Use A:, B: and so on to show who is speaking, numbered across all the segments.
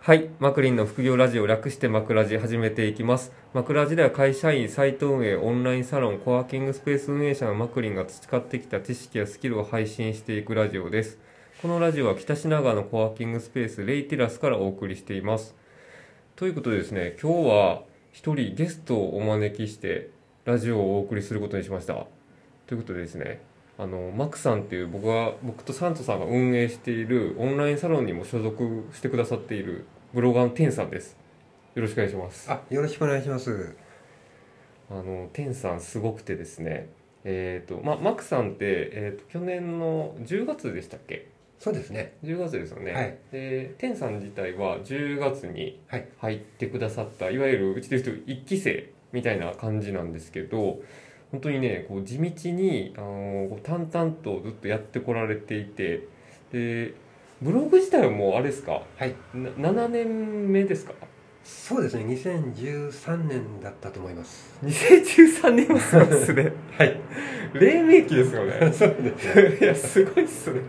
A: はい、マクリンの副業ラジオ略してマクラジ始めていきます。マクラジでは会社員、サイト運営、オンラインサロン、コワーキングスペース運営者のマクリンが培ってきた知識やスキルを配信していくラジオです。このラジオは北品川のコワーキングスペースレイテラスからお送りしています。ということでですね、今日は一人ゲストをお招きしてラジオをお送りすることにしました。ということでですね、あのマクさんっていう僕が僕とサントさんが運営しているオンラインサロンにも所属してくださっているブロガーのテンさんですよろしくお願いします
B: あ、よろしくお願いします。
A: あのテンさんすごくてですねえっ、とまマクさんって、えー、と去年の10月でしたっけ
B: そうですね。
A: 10月ですよね、
B: はい
A: でテンさん自体は10月に
B: はい
A: 入ってくださった、い、わゆるうちでいうと1期生みたいな感じなんですけど本当にねこう地道にあのこう淡々とずっとやってこられていてでブログ自体はもうあれですか
B: はい。
A: な7年目ですか
B: そうですね。2013年だったと思います。
A: 2013年もそうですね
B: はい。
A: 黎明期ですよね
B: そうですね。
A: いやすごいっすね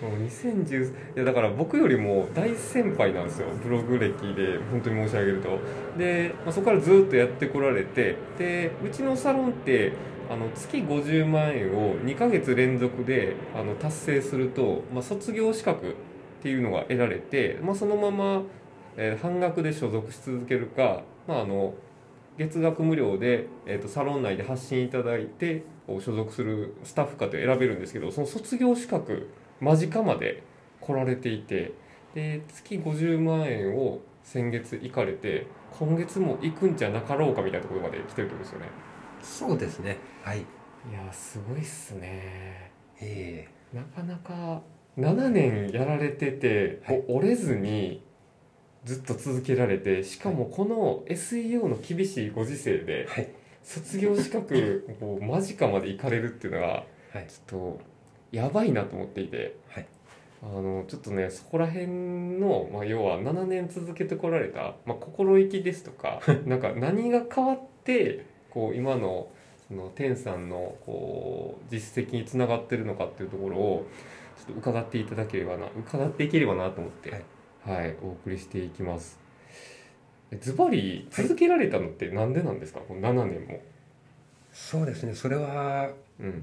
A: もう2010いやだから僕よりも大先輩なんですよブログ歴で本当に申し上げるとで、まあ、そこからずっとやってこられてでうちのサロンってあの月50万円を2ヶ月連続であの達成すると、まあ、卒業資格っていうのが得られて、まあ、そのまま、えー半額で所属し続けるか、まあ、あの月額無料で、えー、とサロン内で発信いただいてこう所属するスタッフかと選べるんですけどその卒業資格間近まで来られていてで月50万円を先月行かれて今月も行くんじゃなかろうかみたいなところまで来てるってことですよね
B: そうですね。はい。
A: いやすごいっすね
B: え
A: なかなか7年やられてて、
B: はい
A: お折れずにずっと続けられてしかもこの SEO の厳しいご時世
B: え
A: で
B: はい。
A: 卒業資格を間近まで行かれるっていうのが
B: はい。
A: ちょっとやばいなと思っていて、
B: はい
A: あのちょっとねそこら辺の、まあ、要は7年続けてこられた、まあ、心意気ですと かなんか何が変わってこう今のその天さんのこう実績につながってるのかっていうところをちょっと伺っていただければな伺っていければなと思って、
B: はい
A: はいお送りしていきます。えズバリ続けられたのってなんでなんですか、この7年も。
B: そうですね。それは、
A: うん、
B: うん、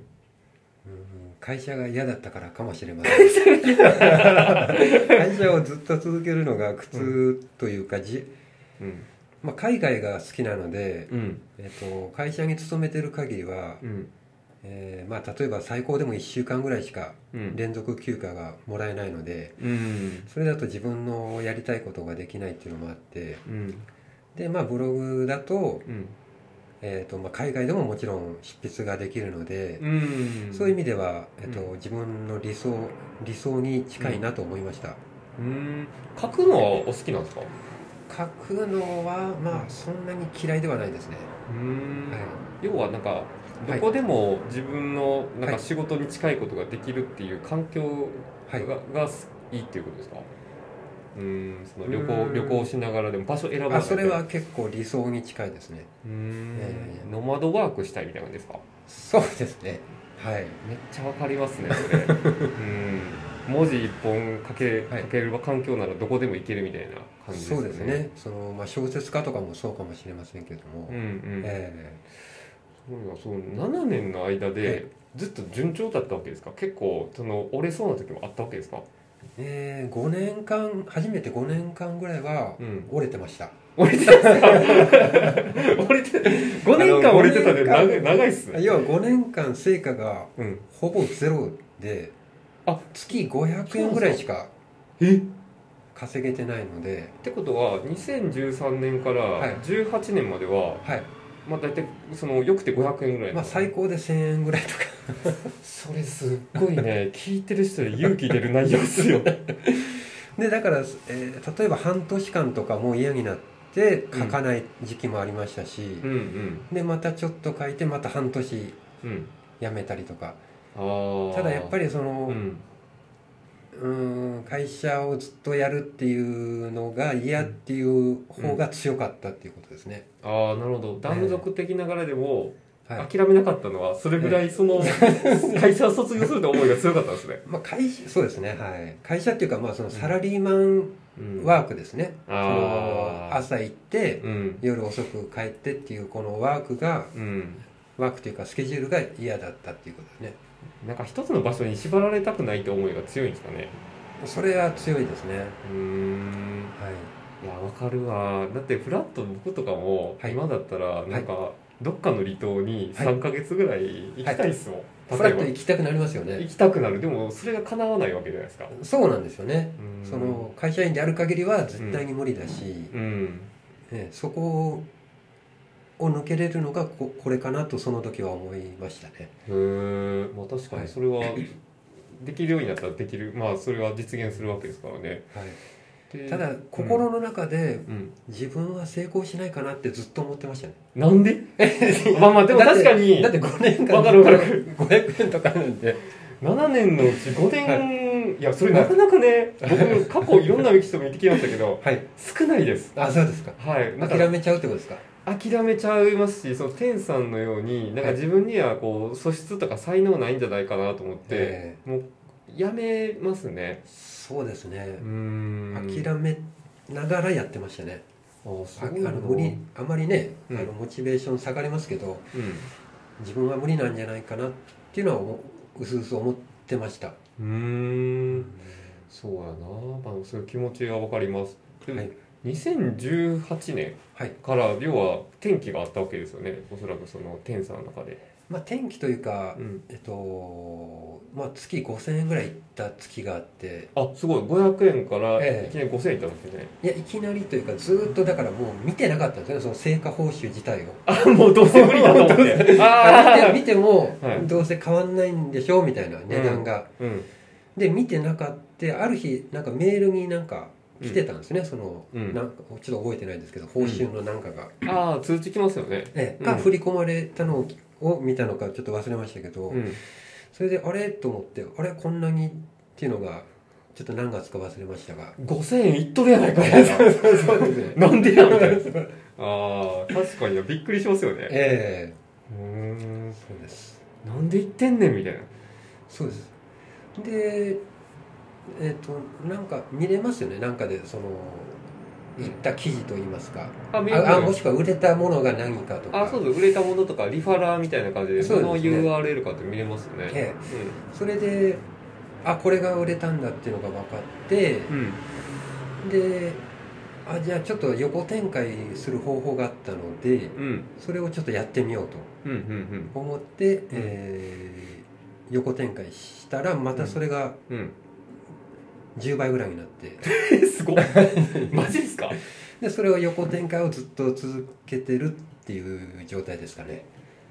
B: 会社が嫌だったからかもしれませ ん。会社をずっと続けるのが苦痛というか、じ
A: うん、
B: まあ、海外が好きなので、
A: うん、
B: えっと、会社に勤めてる限りは、
A: うん、
B: えーまあ、例えば最高でも1週間ぐらいしか
A: うん。
B: 連続休暇がもらえないので、
A: うん
B: それだと自分のやりたいことができないっていうのもあって
A: うん
B: でまあブログだと,、
A: うん
B: えーとまあ、海外でももちろん執筆ができるので、
A: うん
B: そういう意味では、えーと
A: うん
B: 自分の理想理想に近いなと思いました、
A: うん書くのはお好きなんですか
B: 書くのはまあそんなに嫌いではないですね、
A: うん
B: はい、
A: 要はなんかど
B: はい
A: こでも自分のなんか
B: はい
A: 仕事に近いことができるっていう環境が,、
B: はい
A: がいいっていうことですかうんその旅
B: う
A: 行
B: ん
A: 旅行しながらでも場所選ばな
B: あ
A: い
B: それは結構理想に近いですね
A: うん、
B: ええ
A: ノマドワークしたいみたいな感じですか
B: そうですねはい
A: めっちゃわかりますねそれう ん文字一本書け
B: はい
A: 書ける環境ならどこでも行けるみたいな感じですね
B: そうですねその、まあ、小説家とかもそうかもしれませんけども、
A: うんうん、
B: え
A: そういえばそう7年の間
B: は
A: で
B: い
A: ずっと順調だったわけですか結構その折れそうな時もあったわけですか
B: ーえ5年間初めて5年間ぐらいは
A: うん
B: 折れてました、
A: 折れてたんですか折れて5年間折れてたで
B: あの
A: 長い長いっすね
B: 要は5年間成果が
A: うん
B: ほぼゼロで
A: あ
B: 月500円ぐらいしか
A: えっ
B: 稼げてないので
A: てことは2013年から
B: はい
A: 18年までは、
B: はい、
A: まあ大体そのよくて500円ぐらい
B: まあ、最高で1000円ぐらいとか
A: それすっごいね 聞いてる人に勇気出る内容です よ
B: でだから、えー例えば半年間とかもう嫌になって書かない時期もありましたし、
A: うんうん
B: でまたちょっと書いてまた半年
A: うん
B: やめたりとか
A: ああ
B: ただやっぱ
A: り
B: りその、
A: うん
B: うーん会社をずっとやるっていうのが嫌っていう方が強かったっていうことですね、
A: ああなるほど断続的ながらでも、
B: はい
A: 諦めなかったのはそれぐらいそ の会社を卒業するって思いが強かったんですね。
B: まあ、会社そうですね、はい、会社っていうか、まあ、そのサラリーマン
A: うん
B: ワークですね、
A: あー
B: その朝行って、
A: うん
B: 夜遅く帰ってっていうこのワークが
A: うん
B: ワークというかスケジュールが嫌だったっていうことですね
A: なんか一つの場所に縛られたくないって思いが強いんですかね。
B: それは強いですね
A: うーん
B: はい
A: いやわかるわだってフラット僕とかも、
B: はい
A: 今だったらなんか、どっかの離島に3ヶ月ぐらい行きたいっすもん、
B: フ
A: 例
B: ラ
A: え
B: ッ
A: ば
B: と行きたくなりますよね
A: 行きたくなるでもそれが叶わないわけじゃないですか
B: そうなんですよね
A: うん
B: その会社員である限りは絶対に無理だし、
A: うん
B: ねそこを抜けれるのがここれかなとその時は思いましたね
A: へえまあ確かにそれはできるようになったらできるまあそれは実現するわけですからね
B: はい、
A: で
B: ただ
A: うん
B: 心の中で
A: うん
B: 自分は成功しないかなってずっと思ってましたね
A: なんで まあまあでも確かに
B: だってだって5年間
A: わかるわかる
B: 500円とかなんで
A: 7年のうち5年、い、やそれなかなかね僕過去いろんな人も見てきましたけど
B: はい
A: 少ないです
B: あそうですか
A: はいなんか
B: 諦めちゃうってことですか
A: 諦めちゃいますしその天さんのようになんか
B: はい
A: 自分にはこう素質とか才能ないんじゃないかなと思って、
B: え
A: もうやめますね
B: そうですね
A: うーん
B: 諦めながらやってましたね
A: あ
B: ああ
A: そうな
B: の
A: の
B: 無理あまりねあ
A: うん
B: のモチベーション下がりますけど
A: うん
B: 自分は無理なんじゃないかなっていうのは思うすうす思ってました
A: うーんそうやな、まあ、そういう気持ちがわかりますでも、
B: はい
A: 2018年
B: はい
A: から要は転機があったわけですよねおそらくその天さんの中で、
B: まあ天気というか
A: うん、
B: えっとまあ月5000円ぐらいいった月があって
A: あすごい500円から
B: え
A: い
B: え
A: きなり5000円いったわけね、
B: いやいきなりというかずーっとだからもう見てなかったんですよねその成果報酬自体を
A: あ もうどうせ無理だと思っ
B: ど
A: て
B: あ見 て
A: あ
B: 見ても
A: はい
B: どうせ変わんないんでしょうみたいな値段が、
A: あうん
B: で見てなかったある日なんかメールになんか来てたんですね、その、
A: うん
B: なんかちょっと覚えてないですけど報酬のなんかが、
A: ああ通知きますよね
B: ええ
A: うん
B: が振り込まれたのをを見たのかちょっと忘れましたけど、
A: うん
B: それであれと思ってあれこんなにっていうのがちょっと何月か忘れましたが
A: 5000円いっとるやないかみたいな
B: そうですね
A: なんでやみたいなああ確かにびっくりしますよね
B: ええ
A: うーん
B: そうです
A: なんで言ってんねんみたいな
B: そうですでえっ、となんか見れますよねなんかでその
A: うん
B: いった記事といいますか、
A: あ見える
B: ああもしくは売れたものが何かとか
A: あそうです売れたものとかリファラーみたいな感じで
B: そう
A: そ
B: です
A: の
B: ね
A: URL かって見れますよね
B: えそれであこれが売れたんだっていうのが分かって
A: うんうん
B: であじゃあちょっと横展開する方法があったので
A: うん
B: それをちょっとやってみよう
A: うんうん
B: と思って、えー横展開したらまたそれが
A: うんうん
B: 10倍ぐらいになって
A: えすごい マジですか
B: でそれを横展開をずっと続けてるっていう状態ですかね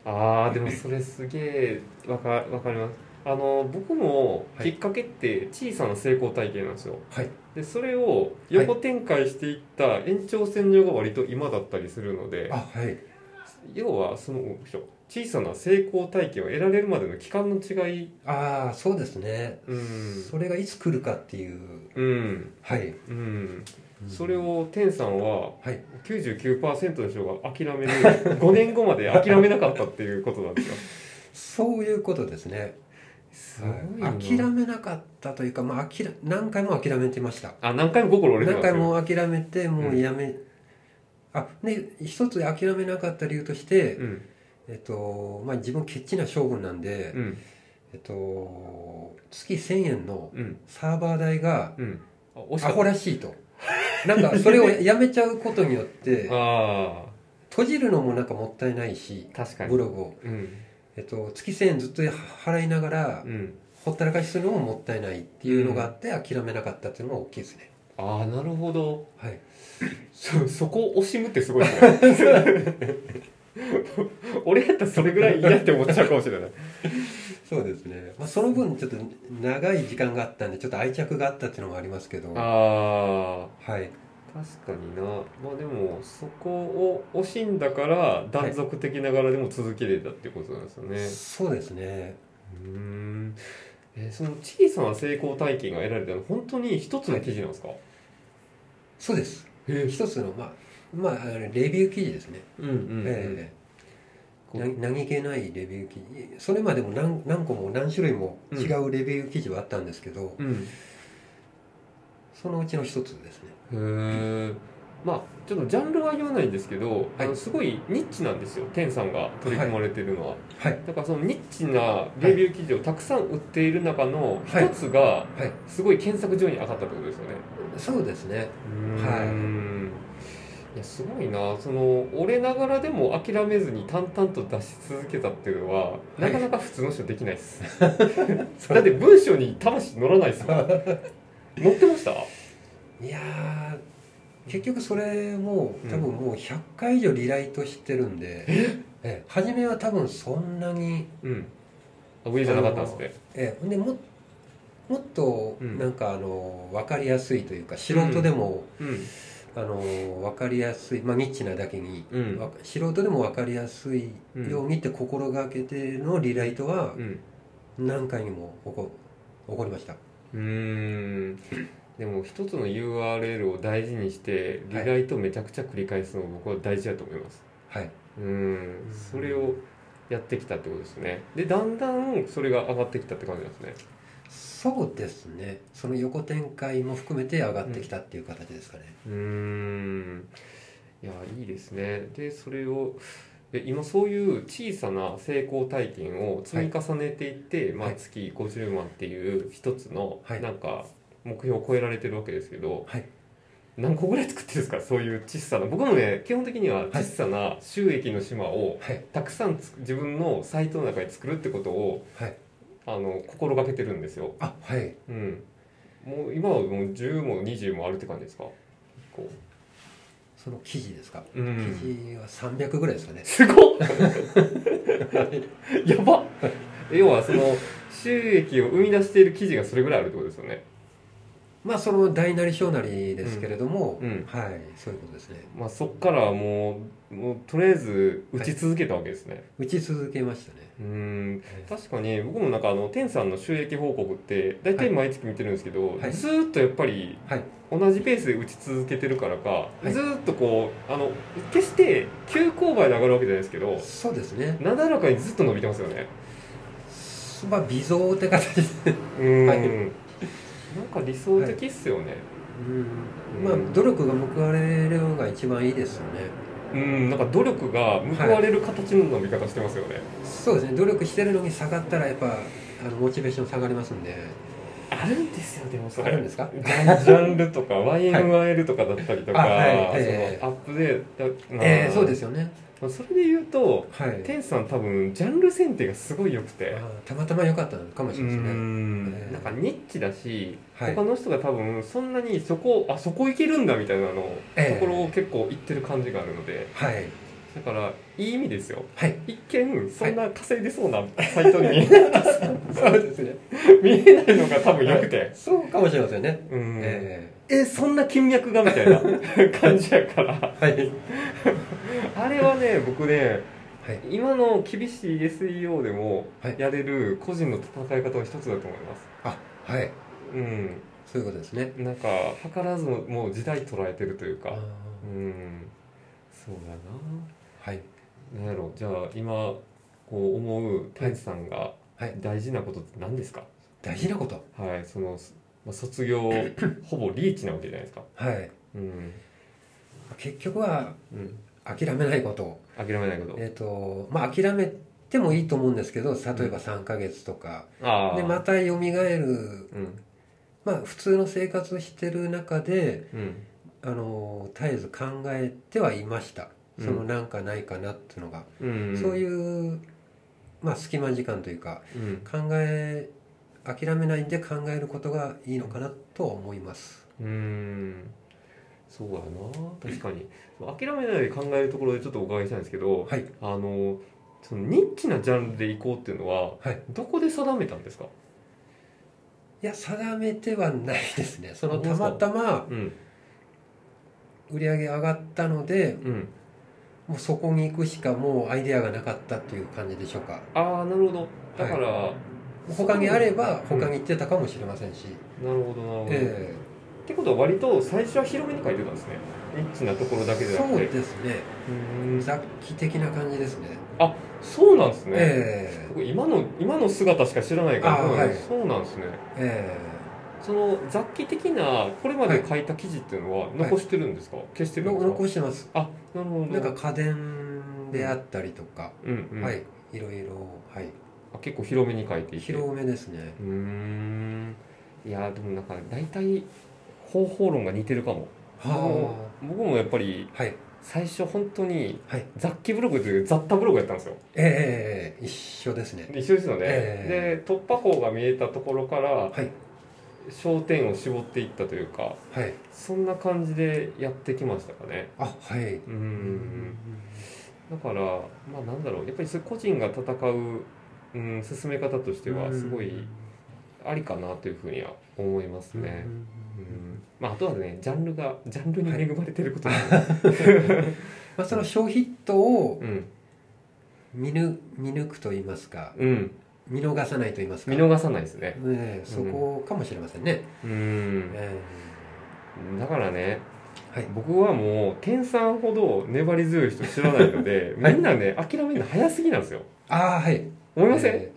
A: ああでもそれすげえわかわかりますあの僕も
B: は
A: き
B: い
A: っかけって小さな成功体験なんですよ
B: はい
A: でそれを横展開していった延長線上が割と今だったりするので、
B: あはい
A: 要はその小さな成功体験を得られるまでの期間の違い
B: ああそうですね、
A: うん
B: それがいつ来るかっていう
A: うん
B: はい、
A: うんそれを天さんは
B: はい
A: 99%の人が諦める5年後まで諦めなかったっていうことなんですよ
B: そういうことですね
A: す
B: はい諦めなかったというか、まあ、諦何回も諦めてました
A: あ何回も心折れて
B: 何
A: ます
B: 回
A: よ
B: も諦めてもうやめ、あで一つ諦めなかった理由として、
A: うん
B: えっとまあ、自分ケチな将軍なんで、
A: うん
B: えっと、月1000円の
A: うん
B: サーバー代が
A: うんあ惜し
B: ア
A: かっ
B: ホらしい となんかそれをやめちゃうことによって
A: たあ
B: 閉じるのもなんかもったいないし
A: ー確か
B: ブ
A: に
B: ログを、
A: うん
B: えっと、月1000円ずっと払いながら
A: うん
B: ほったらかしするのももったいないっていうのがあって諦めなかったっていうのが大きいですね、
A: ああなるほど
B: はい
A: そそこを惜しむってすごいですね 俺やったらそれぐらい嫌って思っちゃうかもしれない
B: そうですね、まあ、その分ちょっと長い時間があったんでちょっと愛着があったっていうのもありますけどは
A: あ
B: い
A: 確かになまあでもそこを惜しんだから断続的ながらでも続けれたってことなんですよね、
B: そうですね
A: うーんえーその小さな成功体験が得られたの本当に一つの記事なんですか、
B: そうです
A: えー
B: 一つのまあまああのレビュー記事ですね、
A: うんうんうん、
B: え
A: こう
B: な何気ないレビュー記事それまでも何何個も何種類も違うレビュー記事はあったんですけど、
A: うん
B: そのうちの一つですね
A: へえまあちょっとジャンルは言わないんですけど、あのすごいニッチなんですよ天さんが取り組まれてるのは、
B: はい
A: だからそのニッチなレビュー記事をたくさん売っている中の
B: はい
A: 一つが
B: はい
A: すごい検索上位に上がったってことですよね、
B: そうですね
A: うーんいやすごいなその俺ながらでも諦めずに淡々と出し続けたっていうのは、
B: い
A: なかなか普通の人できないです
B: そ
A: だっ
B: れ
A: て文章に魂乗らないですも ん乗ってました
B: いやー結局それも多分もう100回以上リライトしてるんで、ええ初めは多分そんなに
A: うんあ上じゃなかったんですね
B: ええほんでももっと
A: うん
B: なんかあの分かりやすいというか素人でも、
A: うん
B: あの分かりやすいまあニッチなだけに、
A: うん
B: わ素人でも分かりやすいようにって心がけてのリライトは
A: うん
B: 何回にも起こ起こりました
A: うーんでも一つの URL を大事にしてリライトめちゃくちゃ繰り返すの僕は大事だと思います、
B: はい、
A: うーんそれをやってきたってことですねでだんだんそれが上がってきたって感じなんですね
B: そうですねその横展開も含めて上がってきたっていう形ですかね、
A: うーんいやいいですねでそれをで今そういう小さな成功体験を積み重ねていって、まあ、
B: はい
A: 月50万っていう一つの
B: はい
A: なんか目標を超えられてるわけですけど、
B: はい
A: 何個ぐらい作ってるんですかそういう小さな僕もね基本的には小さな収益の島を
B: はい
A: たくさんつく自分のサイトの中に作るってことを
B: はい
A: あの心がけてるんですよ、
B: あはい
A: うん、もう今はもう10も20もあるって感じですかこ
B: その記事ですか、
A: う、うん、
B: 記事は300ぐらいですかね
A: すごっやば要はその収益を生み出している記事がそれぐらいあるってことですよね
B: まあその大なり小なりですけれども、
A: うんうん
B: はいそういうことですね
A: まあそっからはもうもうとりあえず打ち続けたわけですね、
B: 打ち続けましたね
A: うーん確かに僕もなんかあの天さんの収益報告って大体毎月見てるんですけど、
B: はい
A: ずーっとやっぱり
B: はい
A: 同じペースで打ち続けてるからか、
B: い
A: ずーっとこうあの決して急勾配で上がるわけじゃないですけど
B: そうですね
A: なだらかにずっと伸びてますよね
B: まあ微増って形で
A: うーん、
B: はい
A: なんか理想的っすよね、
B: うんまあ努力が報われるのが一番いいですよね
A: うんなんか努力が報われる形の伸び方してますよね、
B: そうですね努力してるのに下がったらやっぱあのモチベーション下がりますんで
A: あるんですよでもそ
B: あるんですか
A: ジャンジャンルとか YMIL とかだったりとか、
B: あはい
A: その
B: ええ
A: アップデート、まあ
B: ええそうですよね
A: まあそれで言うと
B: はい
A: 天さん多分ジャンル選定がすごい良くて
B: あーたまたま良かったのかもし
A: う
B: れないですね
A: ん
B: ええ
A: なんかニッチだし、
B: はい
A: 他の人が多分そんなにそこあそこいけるんだみたいなのをと
B: ええ
A: ころを結構言ってる感じがあるので
B: はい
A: だからいい意味ですよ
B: はい
A: 一見そんな稼いで そうなサイトに見えない
B: そうですね
A: 見えないのが多分良くて、
B: そうかもしれませんね
A: うんえ
B: え
A: そんな金脈がみたいな 感じやから
B: えはい
A: あれはね僕ね
B: はい
A: 今の厳しい SEO でも
B: はい
A: やれる個人の戦い方は一つだと思います、
B: あはい
A: うん
B: そういうことですね
A: なんか図らずももう時代捉えてるという
B: あ
A: かうんそうだ
B: ーはい
A: ななんやろじゃあ今こう思う太一さんが
B: はい
A: 大事なことって何ですか
B: 大事なこと
A: はいその、まあ、卒 業ほぼリーチなわけじゃないですか
B: はい
A: うん、
B: 結局は
A: うん、
B: 諦めないこと
A: 諦めないこと
B: えっ、とまあ諦めてもいいと思うんですけど例えば3ヶ月とか、
A: ああ
B: でまた蘇
A: う
B: る
A: ん
B: まあ普通の生活をしてる中で
A: うん
B: あの絶えず考えてはいました
A: うん
B: そのなんかないかなっていうのが、
A: うん
B: そう
A: う、
B: いう、まあ、隙間時間というか
A: うん
B: 考え諦めないで考えることがいいのかなとは思います
A: うん、そうやな確かに諦めないで考えるところでちょっとお伺いしたいんですけど
B: はい
A: あのそのニッチなジャンルで行こうっていうのは、
B: はい
A: どこで定めたんですか、
B: いや定めてはないですねその
A: 本当
B: た
A: ですか
B: またま
A: うん
B: 売り上げ上がったので
A: うん、
B: もうそこに行くしかもうアイデアがなかったっていう感じでしょうか
A: ああなるほどだから、
B: 他にあれば
A: うん
B: 他に行ってたかもしれませんし、
A: なるほどなるほど、
B: え
A: ってことは割と最初は広めに書いてたんですねニッチなところだけじゃな
B: そう
A: くて
B: ですね
A: うん
B: 雑記的な感じですね
A: あそうなんですね、
B: ええ
A: 僕今の今の姿しか知らないから
B: あーはい
A: そうなんですね
B: え
A: その雑記的なこれまで書いた記事っていうのは残してるんですか、消して
B: え
A: るん
B: の
A: ですか
B: 残してます
A: あなるほど
B: なんか家電であったりとか、
A: うんうん
B: はいいろいろはい
A: あ結構広めに書いていて
B: 広めですね
A: うーんいやーでもなんか大体方法論が似てるかも
B: は
A: 僕もやっぱり
B: あはい
A: 最初本当に
B: はい
A: 雑記ブログという雑多ブログやったんですよ
B: ええ一緒ですね
A: で一緒ですよね、
B: え
A: で突破口が見えたところから
B: はい
A: 焦点を絞っていったというか
B: はい
A: そんな感じでやってきましたかね
B: あはい
A: うん
B: うん
A: だからまあなんだろうやっぱりそれ個人が戦う、うん、進め方としてはすごいありかなというふうには思いますね、うんまあ、あとはねジャンルがジャンルに恵まれてることも、
B: まあ、その消費ッを
A: うん
B: 見ぬ見抜くと言いますか
A: うん、
B: 見逃さないと言いますか
A: 見逃さないですね
B: ええそこかもしれませんね、
A: うん
B: え
A: だからね
B: えはい
A: 僕はもう天さんほど粘り強い人知らないの で、
B: はい
A: みんなね諦めるの早すぎなんですよ
B: ああはい
A: 思いません、
B: ええ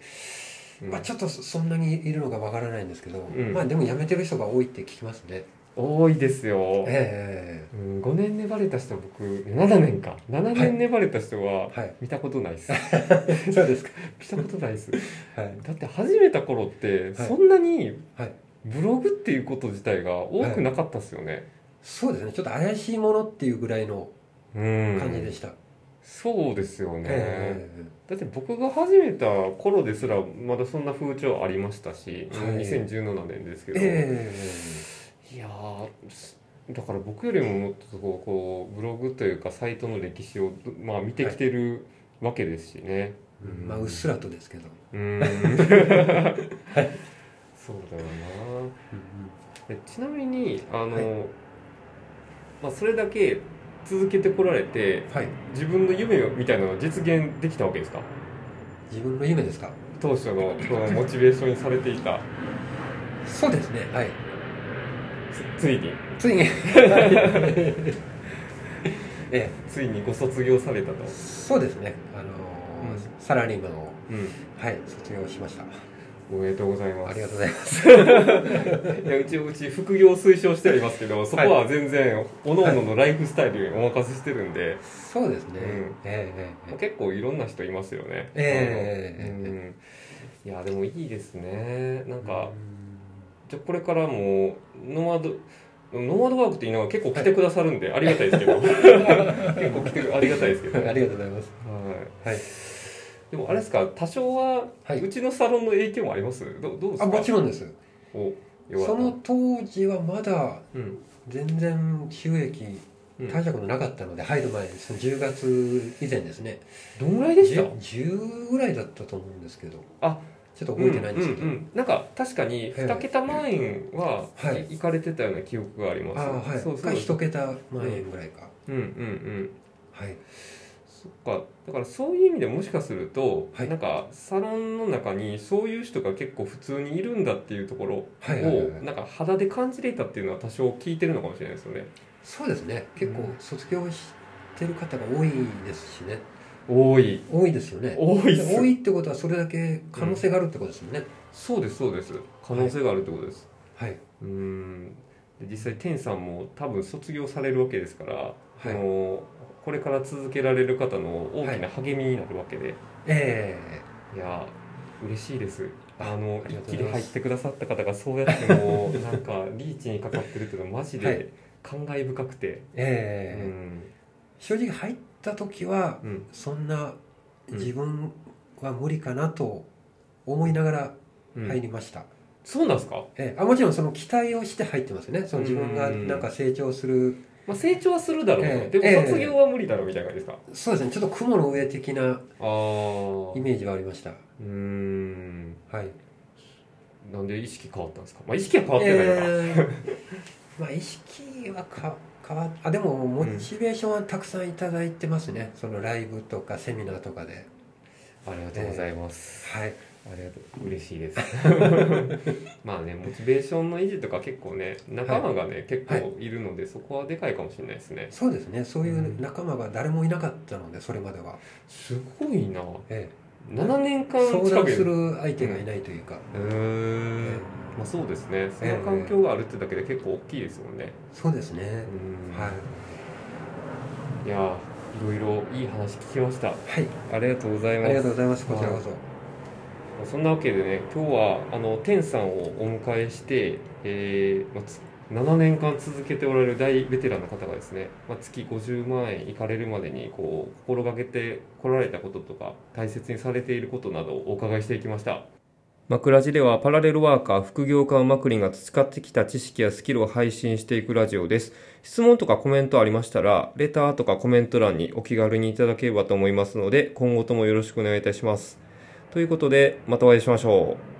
A: うん
B: まあ、ちょっとそそんなにいるのかわからないんですけど、
A: ん
B: まあでも辞めてる人が多いって聞きますね
A: 多いですよ、
B: え
A: うん、5年粘れた人僕7年か7年粘れた人は
B: えはい
A: 見たことないっす、
B: そうですか
A: 見たことないっす
B: はい
A: だって始めた頃って
B: はい
A: そんなに
B: はい
A: ブログっていうこと自体が多くなかったっすよね、
B: そうですねちょっと怪しいものっていうぐらいの
A: うん
B: 感じでした、
A: そうですよね、
B: え
A: だって僕が始めた頃ですらまだそんな風潮ありましたし、
B: はい
A: 2017年ですけ
B: え
A: ど、
B: え
A: いやーすだから僕よりももっとこうこうブログというかサイトの歴史を、まあ、見てきてるわけですしね、
B: えまあうっすらとですけど、
A: うーんそうだよなえちなみにあの、
B: はい
A: まあ、それだけ続けてこられて
B: はい
A: 自分の夢みたいなのは実現できたわけですか
B: 自分の夢ですか
A: 当初のこのモチベーションにされていた
B: そうですねはい
A: つついに
B: ついに え
A: ついにご卒業されたと、
B: えそうですねあのー
A: う
B: サラリーマンを
A: うん、
B: はい卒業しました
A: おめでとうございます
B: ありがとうございます
A: いやうちうち副業推奨してありますけどそこは全然各々のライフスタイルにお任せしてるんで、
B: そうですね、
A: うん
B: ええええええ
A: 結構いろんな人いますよね
B: え
A: う
B: え
A: ん、いやでもいいですねなんか、
B: うん
A: じゃあこれからもノマドノマドワークって言いながら結構来てくださるんで、ありがたいです けど 結構来てくありがたいですけど、は
B: ありがとうございます
A: い、
B: はい
A: でもあれですか多少は、
B: はいう
A: ちのサロンの影響もありますどどうですか
B: あもちろんです
A: およか
B: そ
A: った
B: の当時はまだ
A: うん
B: 全然収益
A: うん
B: 大したことなかったので、入る前です10月以前ですね
A: どんぐらいでした
B: 10, 10ぐらいだったと思うんですけど
A: あ
B: ちょっと覚えてないんですけど、
A: うんうんうんなんか確かに2桁万円は
B: はい
A: 行かれてたような記憶があります、
B: ああはい
A: そうそう
B: が一桁万円ぐらいか、
A: うんうんうん
B: はい
A: そっかだからそういう意味でもしかすると、
B: はい
A: なんかサロンの中にそういう人が結構普通にいるんだっていうところを、
B: はいはいはいはい
A: なんか肌で感じていたっていうのは多少聞いてるのかもしれないですよね
B: そうですね結構
A: うん
B: 卒業してる方が多いですしね
A: 多い
B: 多いですよね
A: 多いっす
B: 多いってことはそれだけ可能性があるってことですもんね、
A: そうですそうです可能性があるってことです、
B: はい
A: うんで実際天さんも多分卒業されるわけですから、あ
B: はい
A: のこれから続けられる方の大きな励みになるわけで、
B: ええ
A: い、や嬉しいですあの
B: あり
A: 一
B: がとうございま
A: 気に入
B: す
A: ってくださった方がそうやってもうなんかリーチにかかってるっていうのはマジ
B: はい
A: で感慨深くて、
B: ええ
A: うん
B: 正直入った時は
A: うん
B: そんな自分は無理かなと思いながら
A: うん
B: 入りました、
A: そうなんですか、
B: ええあもちろんその期待をして入ってますよねその自分がなんか成長する
A: まあ、成長はするだろうと、
B: ええ
A: で
B: え
A: も
B: え
A: 卒業は無理だろうみたいな感じですか、
B: そうですねちょっと雲の上的な
A: ああ
B: イメージはありました
A: うん
B: はい
A: なんで意識変わったんですか、まあ、意識は変わってないから、
B: え ーまあ意識はか変わっあでもモチベーションはたくさんいただいてますね、そのライブとかセミナーとかで
A: ありがとうございます、
B: はい
A: ありがとう嬉しいです まあねモチベーションの維持とか結構ね仲間がね、結構いるのでそこはでかいかもしれないですね
B: そうですねそういう仲間が誰もいなかったのでそれまでは、
A: すごいな
B: え
A: 7年
B: え、
A: 間
B: 相
A: 近
B: 談
A: くや
B: す
A: るへ
B: る相手がいないというか、
A: えまあそうですねその環境があるってだけで結構大きいですもんね
B: そうですね、
A: うん
B: はい、
A: いやーいろいろいい話聞きました
B: はい、
A: ありがとうござい
B: あ
A: ま
B: りが
A: す
B: とうございますこちらこそ
A: そんなわけでね今日はあの天さんをお迎えして、えーまあつ7年間続けておられる大ベテランの方がですね、まあ、月50万円いかれるまでにこう心がけてこられたこととか大切にされていることなどをお伺いしていきました。マクラジではパラレルワーカー、副業家のマクリンが培ってきた知識やスキルを配信していくラジオです。質問とかコメントありましたら、レターとかコメント欄にお気軽にいただければと思いますので、今後ともよろしくお願いいたします。ということで、またお会いしましょう。